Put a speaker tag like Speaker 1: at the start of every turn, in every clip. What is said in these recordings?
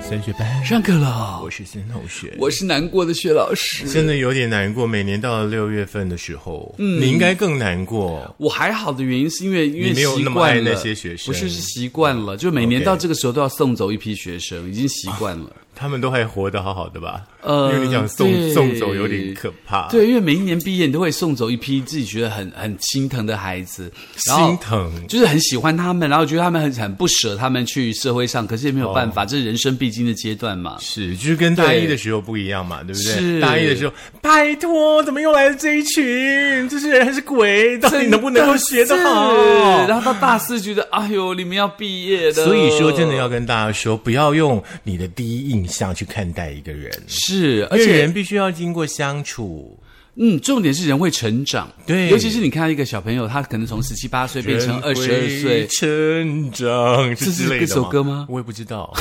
Speaker 1: 三学班，
Speaker 2: 上课了，
Speaker 1: 我是森同学。
Speaker 2: 我是难过的薛老师。
Speaker 1: 真的有点难过，每年到了六月份的时候，你应该更难过。
Speaker 2: 我还好的原因是因为因为
Speaker 1: 你没有
Speaker 2: 习
Speaker 1: 那么
Speaker 2: 惯
Speaker 1: 爱那
Speaker 2: 了
Speaker 1: 些学生
Speaker 2: 不是是习惯了，就每年
Speaker 1: OK
Speaker 2: 到这个时候都要送走一批学生，已经习惯了。
Speaker 1: 他们都还活得好好的吧？
Speaker 2: 呃
Speaker 1: 因为你想送
Speaker 2: 对
Speaker 1: 送走有点可怕，，
Speaker 2: 对，因为每一年毕业，你都会送走一批自己觉得很很心疼的孩子，然后
Speaker 1: 心疼。
Speaker 2: 就是很喜欢他们，然后觉得他们很很不舍他们去社会上，可是也没有办法，这是人生必经的阶段嘛。
Speaker 1: 哦是，就是跟大一
Speaker 2: 对
Speaker 1: 的时候不一样嘛，对不对？
Speaker 2: 是
Speaker 1: 大一的时候，拜托，怎么又来了这一群？这是人还是鬼？到底能不能够学得好？啊
Speaker 2: 是然后到大四觉得，哎呦，你们要毕业的，
Speaker 1: 所以说，真的要跟大家说，不要用你的第一印象去看待一个人，
Speaker 2: 是，而
Speaker 1: 而且
Speaker 2: 且
Speaker 1: 人必须要经过相处。
Speaker 2: 嗯，重点是人会成长，
Speaker 1: 对
Speaker 2: 尤其是你看到一个小朋友，他可能从十七八岁变成二十二岁，
Speaker 1: 成长，这
Speaker 2: 这是
Speaker 1: 这
Speaker 2: 这首歌吗
Speaker 1: 我也不知道，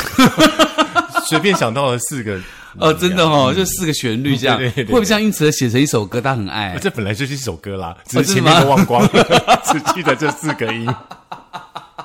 Speaker 1: 随便想到了四个。
Speaker 2: 哦，真的哦，就四个旋律这样，
Speaker 1: 对对对对
Speaker 2: 会不会这样因此而写成一首歌？他很爱
Speaker 1: 啊，，这本来就是一首歌啦，只是
Speaker 2: 真的
Speaker 1: 前面
Speaker 2: 吗
Speaker 1: 都忘光了， 只记得这四个音。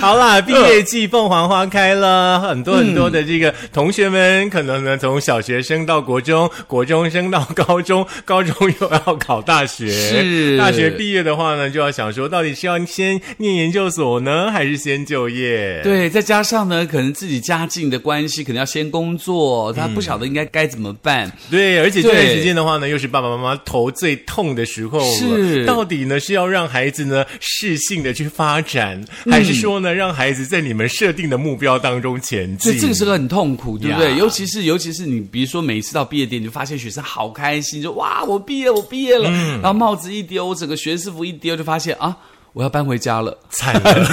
Speaker 1: 好啦，毕业季凤凰花开了，很多很多的这个同学们，可能呢从小学升到国中，国中升到高中，高中又要考大学，
Speaker 2: 是
Speaker 1: 大学毕业的话呢，就要想说，到底是要先念研究所呢，还是先就业？。
Speaker 2: 对，再加上呢，可能自己家境的关系，可能要先工作，他不晓得应该该怎么办。
Speaker 1: 对，而且这段
Speaker 2: 对
Speaker 1: 时间的话呢，又是爸爸妈妈头最痛的时候了。
Speaker 2: 是
Speaker 1: 到底呢是要让孩子呢适性的去发展，还
Speaker 2: 嗯
Speaker 1: 是说呢让孩子在你们设定的目标当中前
Speaker 2: 这
Speaker 1: 进？
Speaker 2: 这个时候很痛苦，对不对
Speaker 1: 呀
Speaker 2: 尤其是尤其是你，比如说每一次到毕业典礼，就发现学生好开心，就哇，我毕业，我毕业了。
Speaker 1: 嗯
Speaker 2: 然后帽子一丢，整个学士服一丢，就发现啊，我要搬回家了。
Speaker 1: 惨了。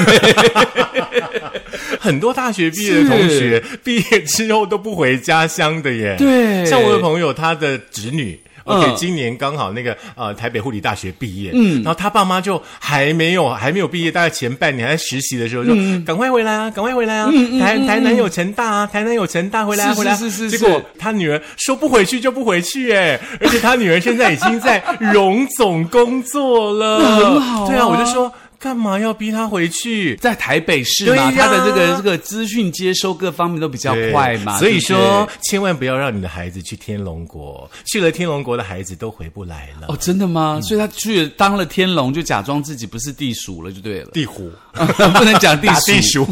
Speaker 1: 很多大学毕业的同学毕业之后都不回家乡的耶。
Speaker 2: 对
Speaker 1: 像我有朋友，他的侄女。
Speaker 2: 嗯
Speaker 1: OK，、今年刚好那个呃台北护理大学毕业，嗯，然后他爸妈就还没有还没有毕业，大概前半年还在实习的时
Speaker 2: 嗯
Speaker 1: 候就、赶快回来啊，赶快回来啊，台台南有成大啊，台南有成大，回来啊、
Speaker 2: 是是
Speaker 1: 回来啊、
Speaker 2: 是是是
Speaker 1: 结果他女儿说不回去就不回去哎，而且他女儿现在已经在荣总工作了，
Speaker 2: 那很好啊
Speaker 1: 对啊，我就说干嘛要逼他回去？
Speaker 2: 在台北市
Speaker 1: 对
Speaker 2: 嘛，
Speaker 1: 呀
Speaker 2: 他的这个这个资讯接收各方面都比较
Speaker 1: 对
Speaker 2: 快嘛，
Speaker 1: 所以
Speaker 2: 对不对
Speaker 1: 说千万不要让你的孩子去天龙国，去了天龙国的孩子都回不来了。
Speaker 2: 哦，真的
Speaker 1: 嗯
Speaker 2: 吗？所以他去了当了天龙，就假装自己不是地鼠了，就对 了。
Speaker 1: 地虎，
Speaker 2: 不能讲地
Speaker 1: 打
Speaker 2: 鼠，
Speaker 1: 地鼠，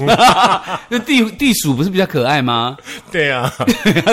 Speaker 2: 那地地鼠不是比较可爱吗？
Speaker 1: 对啊，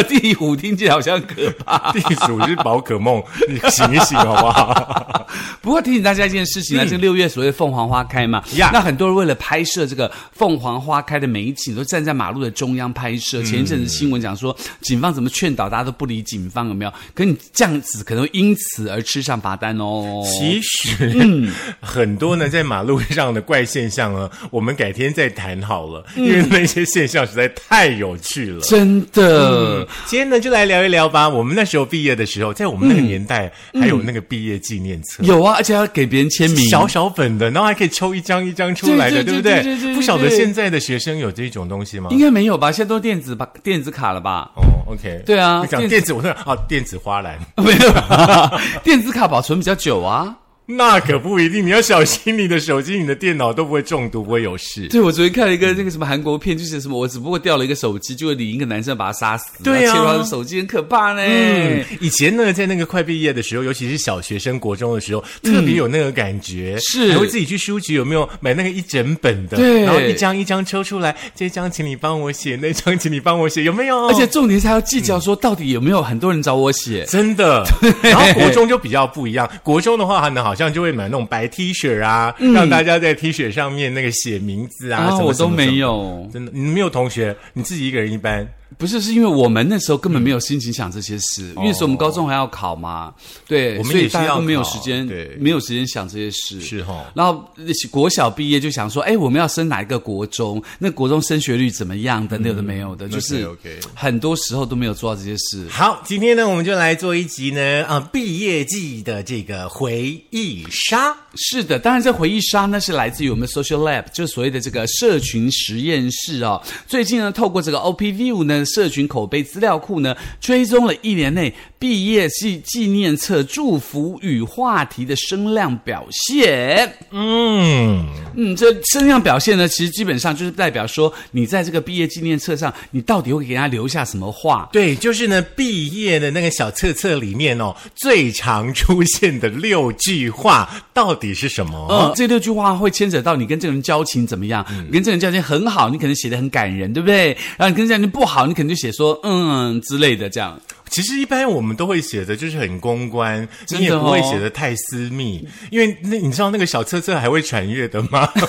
Speaker 2: 地虎听起来好像可怕。
Speaker 1: 地鼠是宝可梦，你醒一醒好不好？
Speaker 2: 不过提醒大家一件事情啊，这六月所谓的凤凰花开嘛
Speaker 1: 嗯呀
Speaker 2: 那很多人为了拍摄这个凤凰花开的美景，都站在马路的中央拍摄。
Speaker 1: 嗯
Speaker 2: 前一阵子新闻讲说，警方怎么劝导，大家都不理警方，有没有？可你这样子可能会因此而吃上罚单哦。
Speaker 1: 其实、
Speaker 2: 嗯
Speaker 1: 很多呢，在马路上的怪现象呢，我们改天再谈好了，因
Speaker 2: 嗯
Speaker 1: 为那些现象实在太有趣了。
Speaker 2: 真的。
Speaker 1: 今天呢，就来聊一聊吧。我们那时候毕业的时候，在我们那个年代，还有那个毕业纪念册。
Speaker 2: 有啊，而且还要给别人签名，
Speaker 1: 嗯小小本的，然后还可以抽一张一张出来的，
Speaker 2: 对对
Speaker 1: 不
Speaker 2: 对对对对
Speaker 1: 不晓得
Speaker 2: 对对
Speaker 1: 现在的学生有这种东西吗
Speaker 2: 应？该没有吧？现在都电子吧，电子卡了吧？
Speaker 1: 哦，OK，
Speaker 2: 对啊
Speaker 1: 你讲
Speaker 2: 电
Speaker 1: 电子，我说啊，电子花篮，
Speaker 2: 没有吧，电子卡保存比较久啊。
Speaker 1: 那可不一定，你要小心你的手机、你的电脑都不会中毒，不会有事。
Speaker 2: 对，我昨天看了一个那个什么韩国片，就是什么，我只不过掉了一个手机，就会领一个男生把他杀死，
Speaker 1: 对啊
Speaker 2: 然后切断他的手机很可怕呢。
Speaker 1: 嗯，以前呢，在那个快毕业的时候，尤其是小学生、国中的时候，特别有那个感觉，
Speaker 2: 是
Speaker 1: 还会自己去书局有没有买那个一整本的，
Speaker 2: 对
Speaker 1: 然后一张一张抽出来，这张请你帮我写，那张请你帮我写，有没有？
Speaker 2: 而且重点是还要计较说到底有没有很多人找我写。
Speaker 1: 真的，然后国中就比较不一样，国中的话呢，好像就会买那种白 T 恤啊，让大家在 T 恤上面那个写名字啊，什么
Speaker 2: 嗯我都没。
Speaker 1: 什么什么
Speaker 2: 有，
Speaker 1: 真的，你没有同学，你自己一个人一般。
Speaker 2: 不是是因为我们那时候
Speaker 1: 嗯
Speaker 2: 根本没有心情想这些事，因为是我们高中还要考嘛，对，
Speaker 1: 哦我们
Speaker 2: 所
Speaker 1: 也
Speaker 2: 以
Speaker 1: 是
Speaker 2: 大家
Speaker 1: 要
Speaker 2: 都没有
Speaker 1: 考
Speaker 2: 时间，
Speaker 1: 对
Speaker 2: 没有时间想这些事，
Speaker 1: 是哦
Speaker 2: 然后国小毕业就想说，哎，我们要升哪一个国中？那国中升学率怎么样？等等有的没
Speaker 1: 嗯
Speaker 2: 有的，就是
Speaker 1: OK，OK
Speaker 2: 很多时候都没有做到这些事。
Speaker 1: 好，今天呢，我们就来做一集呢，啊，毕业季的这个回忆杀。
Speaker 2: 是的，当然这回忆杀呢是来自于我们 Social Lab，就是所谓的这个社群实验室哦。最近呢，透过这个 OP View 呢的社群口碑资料库呢，追踪了一年内毕业纪纪念册祝福与话题的声量表现。
Speaker 1: 嗯，
Speaker 2: 嗯，这声量表现呢，其实基本上就是代表说，你在这个毕业纪念册上，你到底会给大家留下什么话？
Speaker 1: 对，就是呢，毕业的那个小册册里面哦，最常出现的六句话到底是什么？
Speaker 2: 嗯，这六句话会牵扯到你跟这个人交情怎么样。
Speaker 1: 嗯
Speaker 2: 你跟这个人交情很好，你可能写的很感人，对不对？然后你跟这个人不好，你可能就写说嗯之类的这样。
Speaker 1: 其实一般我们都会写的就是很公关，
Speaker 2: 真
Speaker 1: 你
Speaker 2: 的哦
Speaker 1: 也不会写的太私密，因为那你知道那个小册册还会传阅的吗？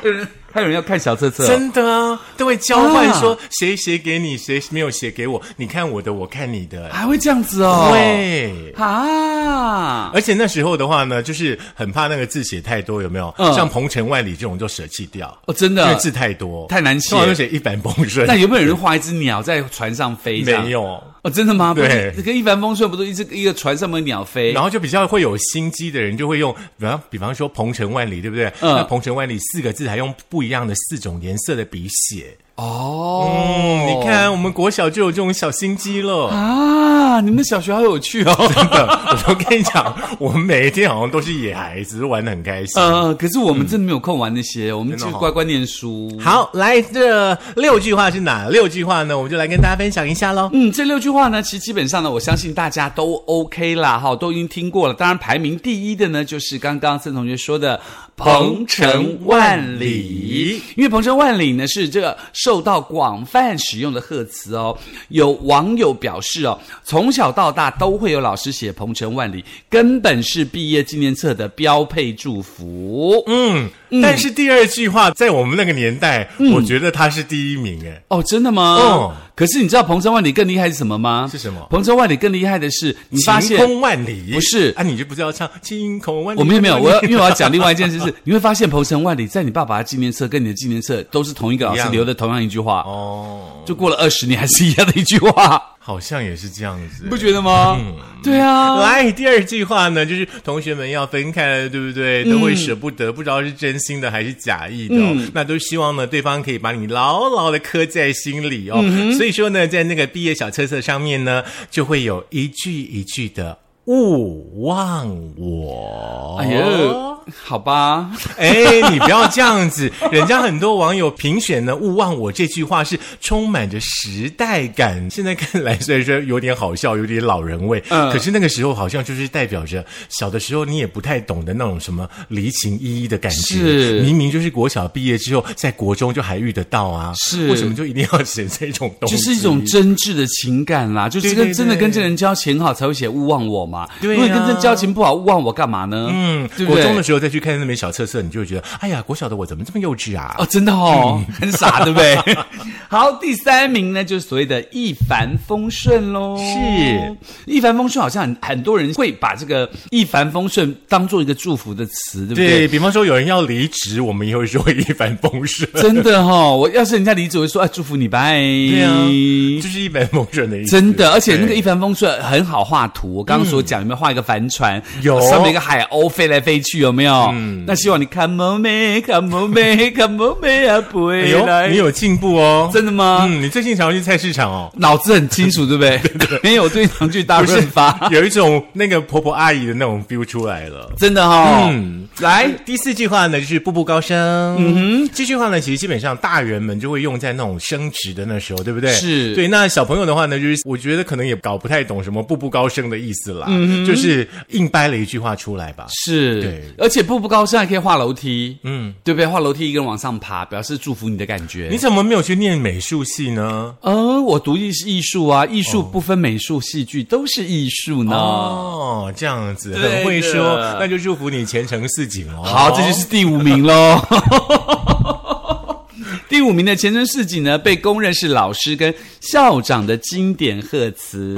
Speaker 2: 还有人还有人要看小册册、哦，
Speaker 1: 真的啊， 都会交换
Speaker 2: 啊
Speaker 1: 说谁写给你，谁没有写给我，你看我的，我看你的，
Speaker 2: 还会这样子哦？
Speaker 1: 对。
Speaker 2: 啊，
Speaker 1: 而且那时候的话呢，就是很怕那个字写太多，有没有？
Speaker 2: 嗯
Speaker 1: 像鹏程万里这种就舍弃掉，
Speaker 2: 哦，真
Speaker 1: 因为
Speaker 2: 的。
Speaker 1: 字太多，
Speaker 2: 太难写
Speaker 1: 通常就写一 帆风顺。
Speaker 2: 那有没有人画一只鸟在船上飞？这样
Speaker 1: 没有，
Speaker 2: 哦，真的吗？
Speaker 1: 对
Speaker 2: 不是这个一帆风顺不都一只一个船上面的鸟飞？
Speaker 1: 然后就比较会有心机的人，就会用，比方比方说“鹏程万里”，对不对？
Speaker 2: 嗯
Speaker 1: 那“鹏程万里”四个字还用不一样的四种颜色的笔写。
Speaker 2: 哦，
Speaker 1: 嗯，你看我们国小就有这种小心机 了。
Speaker 2: 啊，你们小学好有趣哦。
Speaker 1: 真的，我都跟你讲，我们每一天好像都是野孩子，玩的很开心。
Speaker 2: 呃，可是我们真的没有空玩那些，我们
Speaker 1: 真
Speaker 2: 就
Speaker 1: 的哦
Speaker 2: 乖乖念书。
Speaker 1: 好，来这六句话是哪六句话呢？我们就来跟大家分享一下喽。
Speaker 2: 嗯，这六句话呢，其实基本上呢，我相信大家都 OK 啦，哈，都已经听过了。当然，排名第一的呢，就是刚刚曾同学说的“鹏程万里”，因为“鹏程万里呢”是这个受到广泛使用的贺词哦。有网友表示哦，从小到大都会有老师写“鹏程万里”，根本是毕业纪念册的标配祝福。
Speaker 1: 嗯，但是第二句话在我们那个年代，
Speaker 2: 嗯
Speaker 1: 我觉得它是第一名哎。
Speaker 2: 哦，真的吗？
Speaker 1: 哦
Speaker 2: 可是你知道鹏程万里更厉害是什么吗？
Speaker 1: 是什么
Speaker 2: 鹏程万里更厉害的是，你发
Speaker 1: 晴
Speaker 2: 现
Speaker 1: 空万里
Speaker 2: 不是
Speaker 1: 啊？你就不知道唱晴空万里？。
Speaker 2: 我们有没有？我要因为我要讲另外一件事是， 你会发现鹏程万里在你爸爸的纪念册跟你的纪念册都是同一个老
Speaker 1: 一
Speaker 2: 师
Speaker 1: 样
Speaker 2: 留的同样一句话，
Speaker 1: 哦，
Speaker 2: 就过了二十年还 是一样的一句话，
Speaker 1: 好像也是这样子
Speaker 2: 不。觉得吗？
Speaker 1: 嗯
Speaker 2: 对 啊。
Speaker 1: 来，第二句话呢，就是同学们要分开了，对不对？都会舍不
Speaker 2: 嗯
Speaker 1: 得，不知道是真心的还是假意的、哦。那都希望呢，对方可以把你牢牢的刻在心里
Speaker 2: 嗯
Speaker 1: 哦。所以说呢，在那个毕业小册册上面呢，就会有一句一句的“勿忘我”。
Speaker 2: 哎呦，好吧，
Speaker 1: 哎，你不要这样子，人家很多网友评选呢“勿忘我”这句话是充满着时代感。现在看来，虽然说有点好笑，有点老人味，
Speaker 2: 嗯
Speaker 1: 可是那个时候好像就是代表着小的时候你也不太懂得那种什么离情依依的感觉，
Speaker 2: 是
Speaker 1: 明明就是国小毕业之后，在国中就还遇得到啊，
Speaker 2: 是
Speaker 1: 为什么就一定要写这种东西？
Speaker 2: 就是一种真挚的情感啦，就是
Speaker 1: 对
Speaker 2: 跟
Speaker 1: 对
Speaker 2: 真的
Speaker 1: 对
Speaker 2: 跟这个人交情好才会写勿忘我嘛。
Speaker 1: 对啊
Speaker 2: 如果你跟这交情不好，勿忘我干嘛呢？嗯，对不
Speaker 1: 国
Speaker 2: 对
Speaker 1: 中的时候再去看那本小册册，你就会觉得，哎呀，国小的我怎么这么幼稚啊？
Speaker 2: 哦，真 的哦，很傻，对不对？ 好，第三名呢，就是所谓的一帆风顺喽。
Speaker 1: 是，
Speaker 2: 一帆风顺，好像很很多人会把这个一帆风顺当做一个祝福的词，对不对？
Speaker 1: 对比方说，有人要离职，我们也会说一帆风顺。
Speaker 2: 真的哈、哦，我要是人家离职，我会说哎，祝福你，拜。
Speaker 1: 对啊，就是一帆风顺的意思。
Speaker 2: 真的，而且那个
Speaker 1: 对嗯
Speaker 2: 一帆风顺很好画图。我刚刚所讲，有没有画一个帆船？
Speaker 1: 有
Speaker 2: 上面一个海鸥飞来飞去，有没有？嗯，那希望你 come on me, come on me, come on me 啊，不
Speaker 1: 哎
Speaker 2: 会来
Speaker 1: 呦，你。有进步哦，
Speaker 2: 真的吗
Speaker 1: 嗯，你最近常去菜市场哦。
Speaker 2: 脑子很清楚，对不 对？没有对常去大
Speaker 1: 不是
Speaker 2: 润发，
Speaker 1: 有一种那个婆婆阿姨的那种 feel 出来了。
Speaker 2: 真的哈、哦。
Speaker 1: 嗯
Speaker 2: 来，
Speaker 1: 第四句话呢，就是步步高升。嗯哼，这句话呢，其实基本上大人们就会用在那种升职的那时候，对不对？
Speaker 2: 是
Speaker 1: 对。那小朋友的话呢，就是我觉得可能也搞不太懂什么步步高升的意思啦，就是硬掰了一句话出来吧。
Speaker 2: 嗯是，
Speaker 1: 对
Speaker 2: 而且步步高升还可以画楼梯，嗯，对不对？画楼梯一个人往上爬，表示祝福你的感觉
Speaker 1: 你。怎么没有去念美术系呢？
Speaker 2: 嗯，我读艺艺术啊，艺术不分美术、戏剧，都是艺术呢。
Speaker 1: 哦，这样子
Speaker 2: 对的
Speaker 1: 很会说，那就祝福你前程似锦哦。
Speaker 2: 好，这就是第五名喽。 第五名的前程似锦呢，被公认是老师跟校长的经典贺词。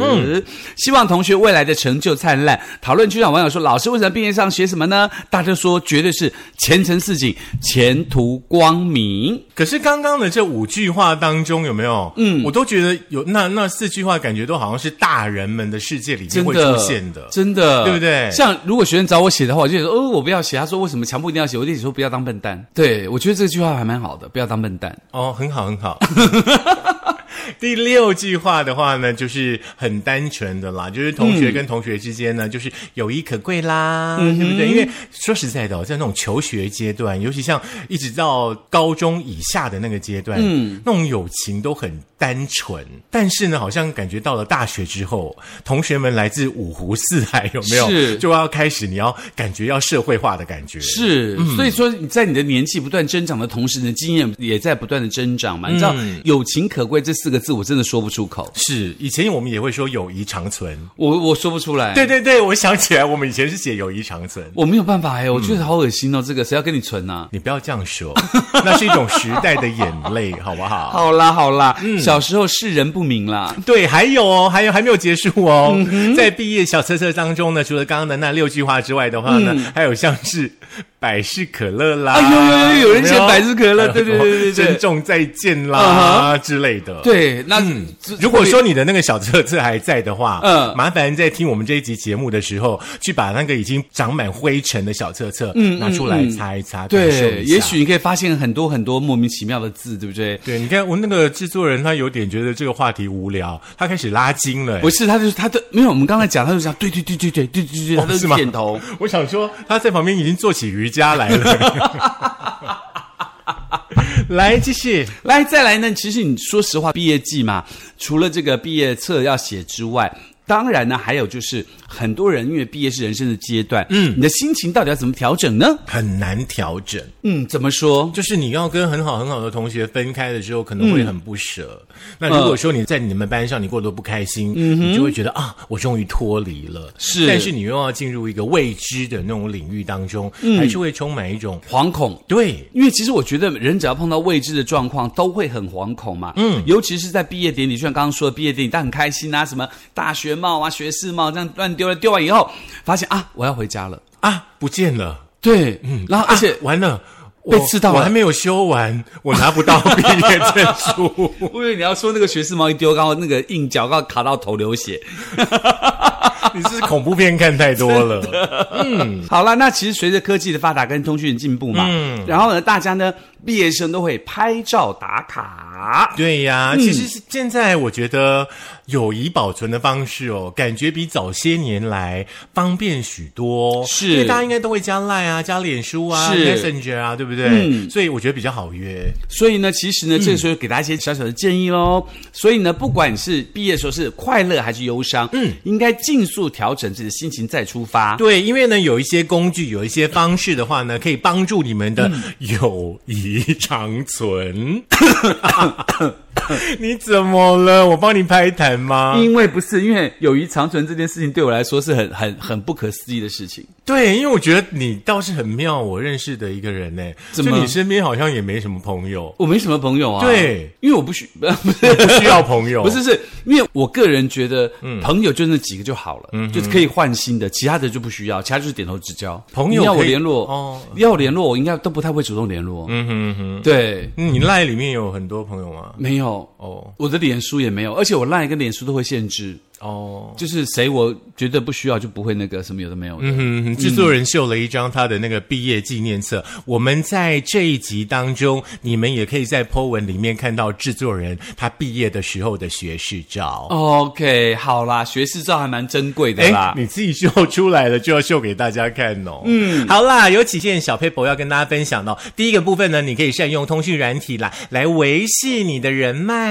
Speaker 2: 希望同学未来的成就灿烂。讨论区上网友说，老师为什么毕业上学什么呢？大家说绝对是前程似锦，前途光明。
Speaker 1: 可是刚刚的这五句话当中有没有？嗯，我都觉得有那那四句话，感觉都好像是大人们的世界里面
Speaker 2: 真
Speaker 1: 会
Speaker 2: 的
Speaker 1: 出现的。
Speaker 2: 真的，
Speaker 1: 对不对
Speaker 2: 像如果学生找我写的话，我就说，哦，我不要写。他说为什么强迫一定要写？我就说不要当笨蛋。对，我觉得这句话还蛮好的，不要当笨蛋。
Speaker 1: 哦，很好，很好。 第六句话的话呢，就是很单纯的啦，就是同学跟同学之间呢，
Speaker 2: 嗯
Speaker 1: 就是友谊可贵啦，对不对？因为说实在的、哦，在那种求学阶段，尤其像一直到高中以下的那个阶段，嗯，那种友情都很单纯。但是呢，好像感觉到了大学之后，同学们来自五湖四海，有没有？
Speaker 2: 是
Speaker 1: 就要开始你要感觉要社会化的感觉。
Speaker 2: 是，
Speaker 1: 嗯
Speaker 2: 所以说你在你的年纪不断增长的同时，你的经验也在不断的增长
Speaker 1: 嗯
Speaker 2: 嘛。你知道“友情可贵”这四个字，我真的说不出口，
Speaker 1: 是，以前我们也会说友谊长存。
Speaker 2: 我我说不出来。
Speaker 1: 对，对对，我想起来，我们以前是写友谊长存。
Speaker 2: 我没有办法
Speaker 1: 嗯
Speaker 2: 哎，我觉得好恶心哦，这个谁要跟你存啊？
Speaker 1: 你不要这样 说，那是一种时代的眼泪，好不好？
Speaker 2: 好啦好啦，嗯小时候世人不明啦。
Speaker 1: 对，还有哦，还有还没有结束哦。
Speaker 2: 嗯
Speaker 1: 在毕业小册册当中呢，除了刚刚的那六句话之外的话呢，
Speaker 2: 嗯
Speaker 1: 还有像是百事可乐啦，
Speaker 2: 哎呦呦呦有人写
Speaker 1: 没
Speaker 2: 百事可乐对对对 对对
Speaker 1: 珍重再见啦、
Speaker 2: 啊
Speaker 1: 之类的。。
Speaker 2: 对，那这
Speaker 1: 嗯如果说你的那个小册册还在的话，嗯，
Speaker 2: 嗯
Speaker 1: 麻烦在听我们这一集节目的时候，去把那个已经长满灰尘的小册册，嗯，拿出来擦一擦，感受
Speaker 2: 对，
Speaker 1: 一下
Speaker 2: 也许你可以发现很多很多莫名其妙的字，对不对？
Speaker 1: 对，你看我那个制作人，他有点觉得这个话题无聊，他开始拉筋了、欸。
Speaker 2: 不是，他就是他的没有，我们刚才讲，他就讲对对对对对对对对，他都
Speaker 1: 哦是
Speaker 2: 是
Speaker 1: 吗
Speaker 2: 点头。
Speaker 1: 我想说，他在旁边已经做起瑜伽来了。 来，继续。
Speaker 2: 来，再来呢？其实你说实话，毕业季嘛，除了这个毕业册要写之外，当然呢，还有就是很多人因为毕业是人生的阶段，嗯，你的心情到底要怎么调整呢？
Speaker 1: 很难调整，
Speaker 2: 嗯，怎么说？
Speaker 1: 就是你要跟很好很好的同学分开的时候，可能会很不舍。
Speaker 2: 嗯
Speaker 1: 那如果说你在你们班上你过得不开心，你就会觉得啊，我终于脱离了。
Speaker 2: 是
Speaker 1: 但是你又要进入一个未知的那种领域当中，
Speaker 2: 嗯
Speaker 1: 还是会充满一种
Speaker 2: 惶恐。
Speaker 1: 对
Speaker 2: 因为其实我觉得人只要碰到未知的状况，都会很惶恐嘛。嗯，尤其是在毕业典礼，就像刚刚说的毕业典礼，但很开心啊，什么大学帽啊、学士帽这样乱丢了，丢完以后发现啊，我要回家了。
Speaker 1: 啊，不见了。啊
Speaker 2: 对，嗯，然后而且、
Speaker 1: 完了。
Speaker 2: 被
Speaker 1: 我
Speaker 2: 刺到了
Speaker 1: 我还没有修完，我拿不到毕业证 书。
Speaker 2: 我以为你要说那个学士帽一丢，刚好那个硬角刚好卡到头流血。
Speaker 1: 你是恐怖片看太多了，
Speaker 2: 好了，那其实随着科技的发达跟通讯的进步嘛，嗯，然后呢，大家呢毕业生都会拍照打 卡。
Speaker 1: 对呀。
Speaker 2: 嗯
Speaker 1: 其实是现在我觉得友谊保存的方式哦，感觉比早些年来方便许多。
Speaker 2: 是
Speaker 1: 因为大家应该都会加赖啊、加脸书啊、
Speaker 2: 是嗯
Speaker 1: Messenger 啊，对不对？所以我觉得比较好约。
Speaker 2: 所以呢，其实呢，这个时候给大家一些小小的建议喽。所以呢，不管是毕业的时候是快乐还是忧伤，嗯，应该尽速调整自己的心情再出发。
Speaker 1: 对，因为呢，有一些工具、有一些方式的话呢，可以帮助你们
Speaker 2: 嗯
Speaker 1: 的友谊长存。 你怎么了？我帮你拍痰吗？
Speaker 2: 因为不是因为友谊长存这件事情对我来说是很很很不可思议的事情。
Speaker 1: 对，因为我觉得你倒是很妙，我认识的一个人呢、就
Speaker 2: 怎么，
Speaker 1: 你身边好像也没什么朋友
Speaker 2: 我没什么朋友啊，
Speaker 1: 对，
Speaker 2: 因为我不需 不是
Speaker 1: 不需要朋友，
Speaker 2: 不是，是因为我个人觉得，
Speaker 1: 嗯
Speaker 2: 朋友就那几个就好了，就是可以换新的，其他的就不需要，其他就是点头之交。
Speaker 1: 朋友
Speaker 2: 你要
Speaker 1: 可
Speaker 2: 我
Speaker 1: 以
Speaker 2: 联络，
Speaker 1: 哦
Speaker 2: 要我联络，我应该都不太会主动联络。嗯哼哼，对，
Speaker 1: 嗯你赖里面有很多朋友吗？
Speaker 2: 没有，
Speaker 1: 哦
Speaker 2: 我的脸书也没有，而且我赖跟脸书都会限制，
Speaker 1: 哦，
Speaker 2: 就是谁我觉得不需要就不会那个什么有的没有的。
Speaker 1: 嗯，制作人秀了一张他的那个毕业纪念册。我们在这一集当中，你们也可以在 Po 文里面看到制作人他毕业的时候的学士照。
Speaker 2: OK，好啦，学士照还蛮珍贵的
Speaker 1: 哎、
Speaker 2: 啦。
Speaker 1: 你自己秀出来了，就要秀给大家看哦。嗯，好啦，有几件小 paper 要跟大家分享哦。第一个部分呢，你可以善用通讯软体啦，来维系你的人脉。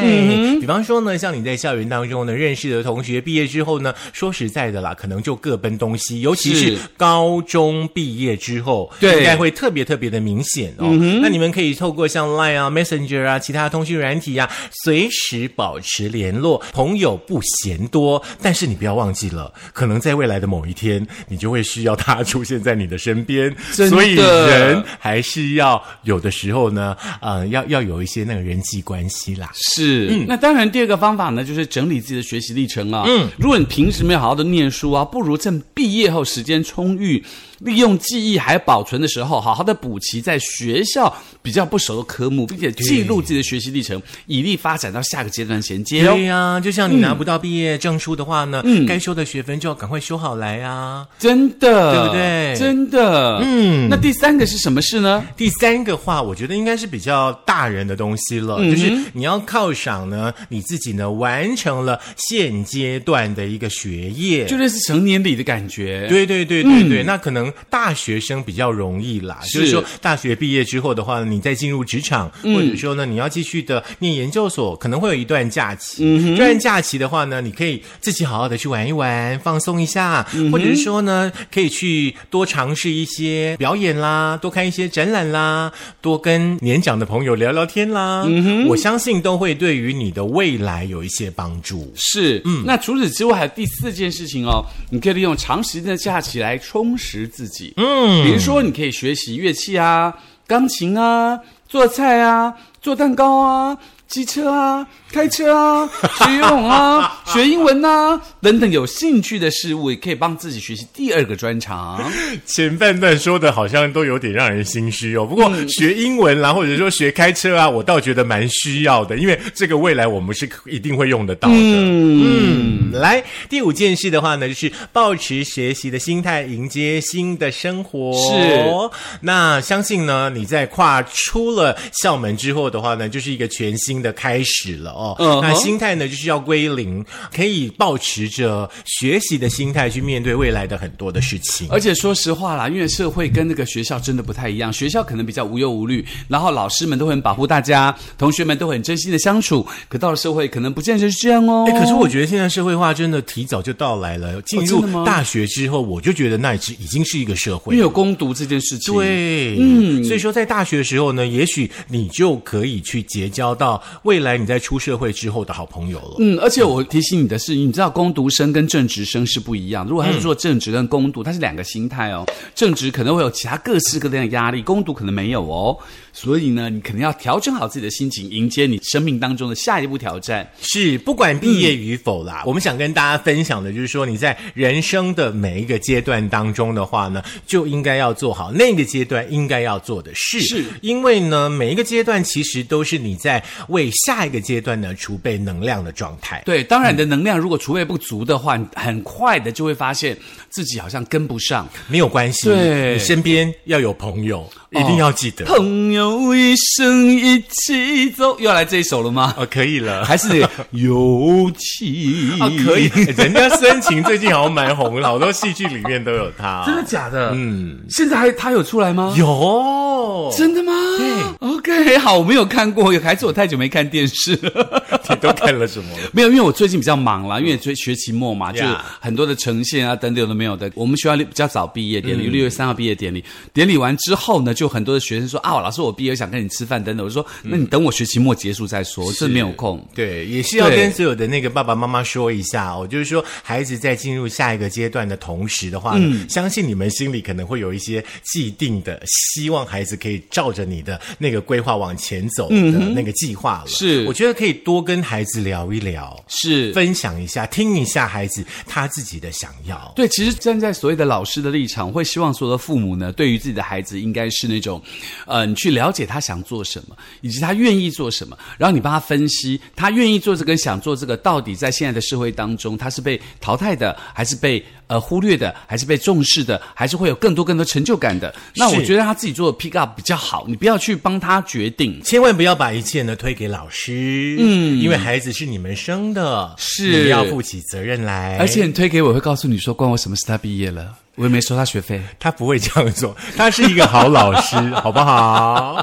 Speaker 1: 比方说呢，像你在校园当中呢认识的同学，毕业之后呢，说实在的啦，可能就各奔东西，尤其是
Speaker 2: 是
Speaker 1: 高中毕业之后，
Speaker 2: 对嗯
Speaker 1: 应该会特别特别的明显哦。那你们可以透过像 Line 啊、Messenger 啊、其他通讯软体啊，随时保持联络，朋友不嫌多。但是你不要忘记了，可能在未来的某一天，你就会需要他出现在你的身边。
Speaker 2: 真的
Speaker 1: 所以人还是要有的时候呢，呃，要要有一些那个人际关系啦。
Speaker 2: 是，嗯那当然，第二个方法呢，就是整理自己的学习历程啊。嗯，如果你平时没有好好的念书啊，不如趁毕业后时间充裕，利用记忆还保存的时候，好好的补齐在学校比较不熟的科目，并且记录自己的学习历程，以利发展到下个阶段衔接哦
Speaker 1: 对。呀、就像你
Speaker 2: 嗯
Speaker 1: 拿不到毕业证书的话呢，该修的学分就要赶快修好来啊。
Speaker 2: 真的，
Speaker 1: 对不对
Speaker 2: 真的，嗯。那第三个是什么事呢？
Speaker 1: 第三个话，我觉得应该是比较大人的东西了，就是你要犒赏呢你自己呢完成了现阶段的一个学业。
Speaker 2: 就类似成年礼的感觉。
Speaker 1: 对对对对对，那可能大学生比较容易啦，就是说大学毕业之后的话，你再进入职场，或者说呢，你要继续的念研究所，可能会有一段假期。这段假期的话呢，你可以自己好好的去玩一玩，放松一下，或者是说呢，可以去多尝试一些表演啦，多看一些展览啦，多跟年长的朋友聊聊天啦。我相信都会对于你的未来有一些帮助。
Speaker 2: 是，嗯，那除此之外还有第四件事情哦，你可以利用长时间的假期来充实自己，嗯，比如说你可以学习乐器啊，钢琴啊，做菜啊，做蛋糕啊。机车啊，开车 啊，学游泳啊，学英文啊，等等有兴趣的事物，也可以帮自己学习第二个专长。
Speaker 1: 前半段说的好像都有点让人心虚哦。不过学英文啦，或者说学开车啊，我倒觉得蛮需要的，因为这个未来我们是一定会用得到的。嗯，来第五件事的话呢，就是保持学习的心态，迎接新的生活。
Speaker 2: 是，
Speaker 1: 那相信呢，你在跨出了校门之后的话呢，就是一个全新的开始了哦。
Speaker 2: 嗯哼
Speaker 1: 那心态呢，就是要归零，可以保持着学习的心态去面对未来的很多的事情。
Speaker 2: 而且说实话啦，因为社会跟那个学校真的不太一样，学校可能比较无忧无虑，然后老师们都很保护大家，同学们都很真心的相处。可到了社会，可能不见得是这样哦。
Speaker 1: 哎、可是我觉得现在社会化真的提早就到来了。进
Speaker 2: 真的吗
Speaker 1: 入大学之后，我就觉得那已经已经是一个社
Speaker 2: 因
Speaker 1: 会
Speaker 2: 为
Speaker 1: 了。
Speaker 2: 有攻读这件事情，，
Speaker 1: 对，嗯，所以说在大学的时候呢，也许你就可以去结交到未来你在出社会之后的好朋友了。
Speaker 2: 嗯，而且我提醒你的是，你知道攻读生跟正职生是不一样。如果他是做正职跟攻读，他是两个心态哦。正职可能会有其他各式各样的压力，攻读可能没有哦。所以呢，你可能要调整好自己的心情，迎接你生命当中的下一步挑战。
Speaker 1: 是，不管毕
Speaker 2: 嗯
Speaker 1: 业与否啦，我们想跟大家分享的就是说，你在人生的每一个阶段当中的话呢，就应该要做好那个阶段应该要做的事，
Speaker 2: 是
Speaker 1: 因为呢，每一个阶段其实都是你在为下一个阶段呢储备能量的状态。
Speaker 2: 对，当然你的能量如果储备不足的话，你很快的就会发现自己好像跟不上。
Speaker 1: 没有关系，
Speaker 2: 对
Speaker 1: 你身边要有朋友，一定要记得。哦
Speaker 2: 朋友一生一起走，又要来这一首了吗？
Speaker 1: 哦可以了，
Speaker 2: 还 是有气？
Speaker 1: 啊，可 以。 人家深情最近好像蛮红的，好多戏剧里面都有 他、
Speaker 2: 真的假的？嗯，现在还他有出来吗？
Speaker 1: 有，
Speaker 2: 真的吗？对，OK，好，我没有看过，还是我太久没看电视了。
Speaker 1: 你都看了什么了？
Speaker 2: 没有，因为我最近比较忙啦，因为最学期末嘛，就
Speaker 1: Yeah
Speaker 2: 很多的呈现啊等等有的没有的。我们学校比较早毕业典礼，六月三号毕业典礼，典礼完之后呢，就很多的学生说啊，老师我毕业我想跟你吃饭等等。我说那你等我学期末结束再说，这没有空。
Speaker 1: 对，也是要
Speaker 2: 对
Speaker 1: 跟所有的那个爸爸妈妈说一下哦，就是说孩子在进入下一个阶段的同时的话呢，相信你们心里可能会有一些既定的，希望孩子可以照着你的那个规划往前走的那个计划了。
Speaker 2: 是
Speaker 1: 我觉得可以多跟孩子聊一聊，
Speaker 2: 是。
Speaker 1: 分享一下，听一下孩子他自己的想要。
Speaker 2: 对，其实站在所谓的老师的立场，会希望所有的父母呢，对于自己的孩子应该是那种，呃，你去了解他想做什么，以及他愿意做什么，然后你帮他分析，他愿意做这个跟想做这个，到底在现在的社会当中，他是被淘汰的，还是被呃忽略的，还是被重视的，还是会有更多更多成就感的？那我
Speaker 1: 是
Speaker 2: 觉得他自己做的 pick up 比较好，你不要去帮他决定。
Speaker 1: 千万不要把一切呢推给老师，嗯，因为孩子是你们生的，
Speaker 2: 是
Speaker 1: 你要负起责任来，
Speaker 2: 而且你推给我，我会告诉你说，关我什么事？他毕业了，我也没收他学费。
Speaker 1: 他不会这样做，他是一个好老 师，好不好？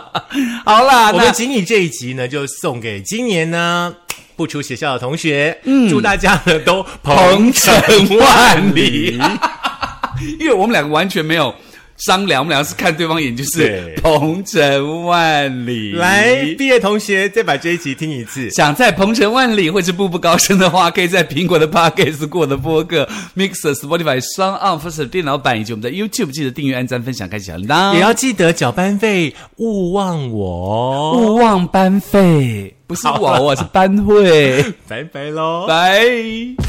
Speaker 2: 好啦，
Speaker 1: 我
Speaker 2: 那
Speaker 1: 们仅以这一集呢，就送给今年呢不出学校的同学，
Speaker 2: 嗯
Speaker 1: 祝大家呢都
Speaker 2: 鹏
Speaker 1: 鹏
Speaker 2: 程
Speaker 1: 程
Speaker 2: 万
Speaker 1: 万
Speaker 2: 里
Speaker 1: 里。
Speaker 2: 因为我们两个完全没有商量，我们两个是看对方眼睛，就是
Speaker 1: 对
Speaker 2: 鹏程万里。
Speaker 1: 来，毕业同学再把这一集听一次。
Speaker 2: 想在鹏程万里或是步步高升的话，可以在苹果的 Podcast、过的播客、Mixer、Spotify、双 On、First 电脑版以及我们的 YouTube 记得订阅、按赞、分享、开启小铃
Speaker 1: 也
Speaker 2: 铛。
Speaker 1: 要记得缴班费，勿忘我。
Speaker 2: 勿
Speaker 1: 啊
Speaker 2: 忘班费，不是我，我是班会。
Speaker 1: 拜拜喽。
Speaker 2: 拜。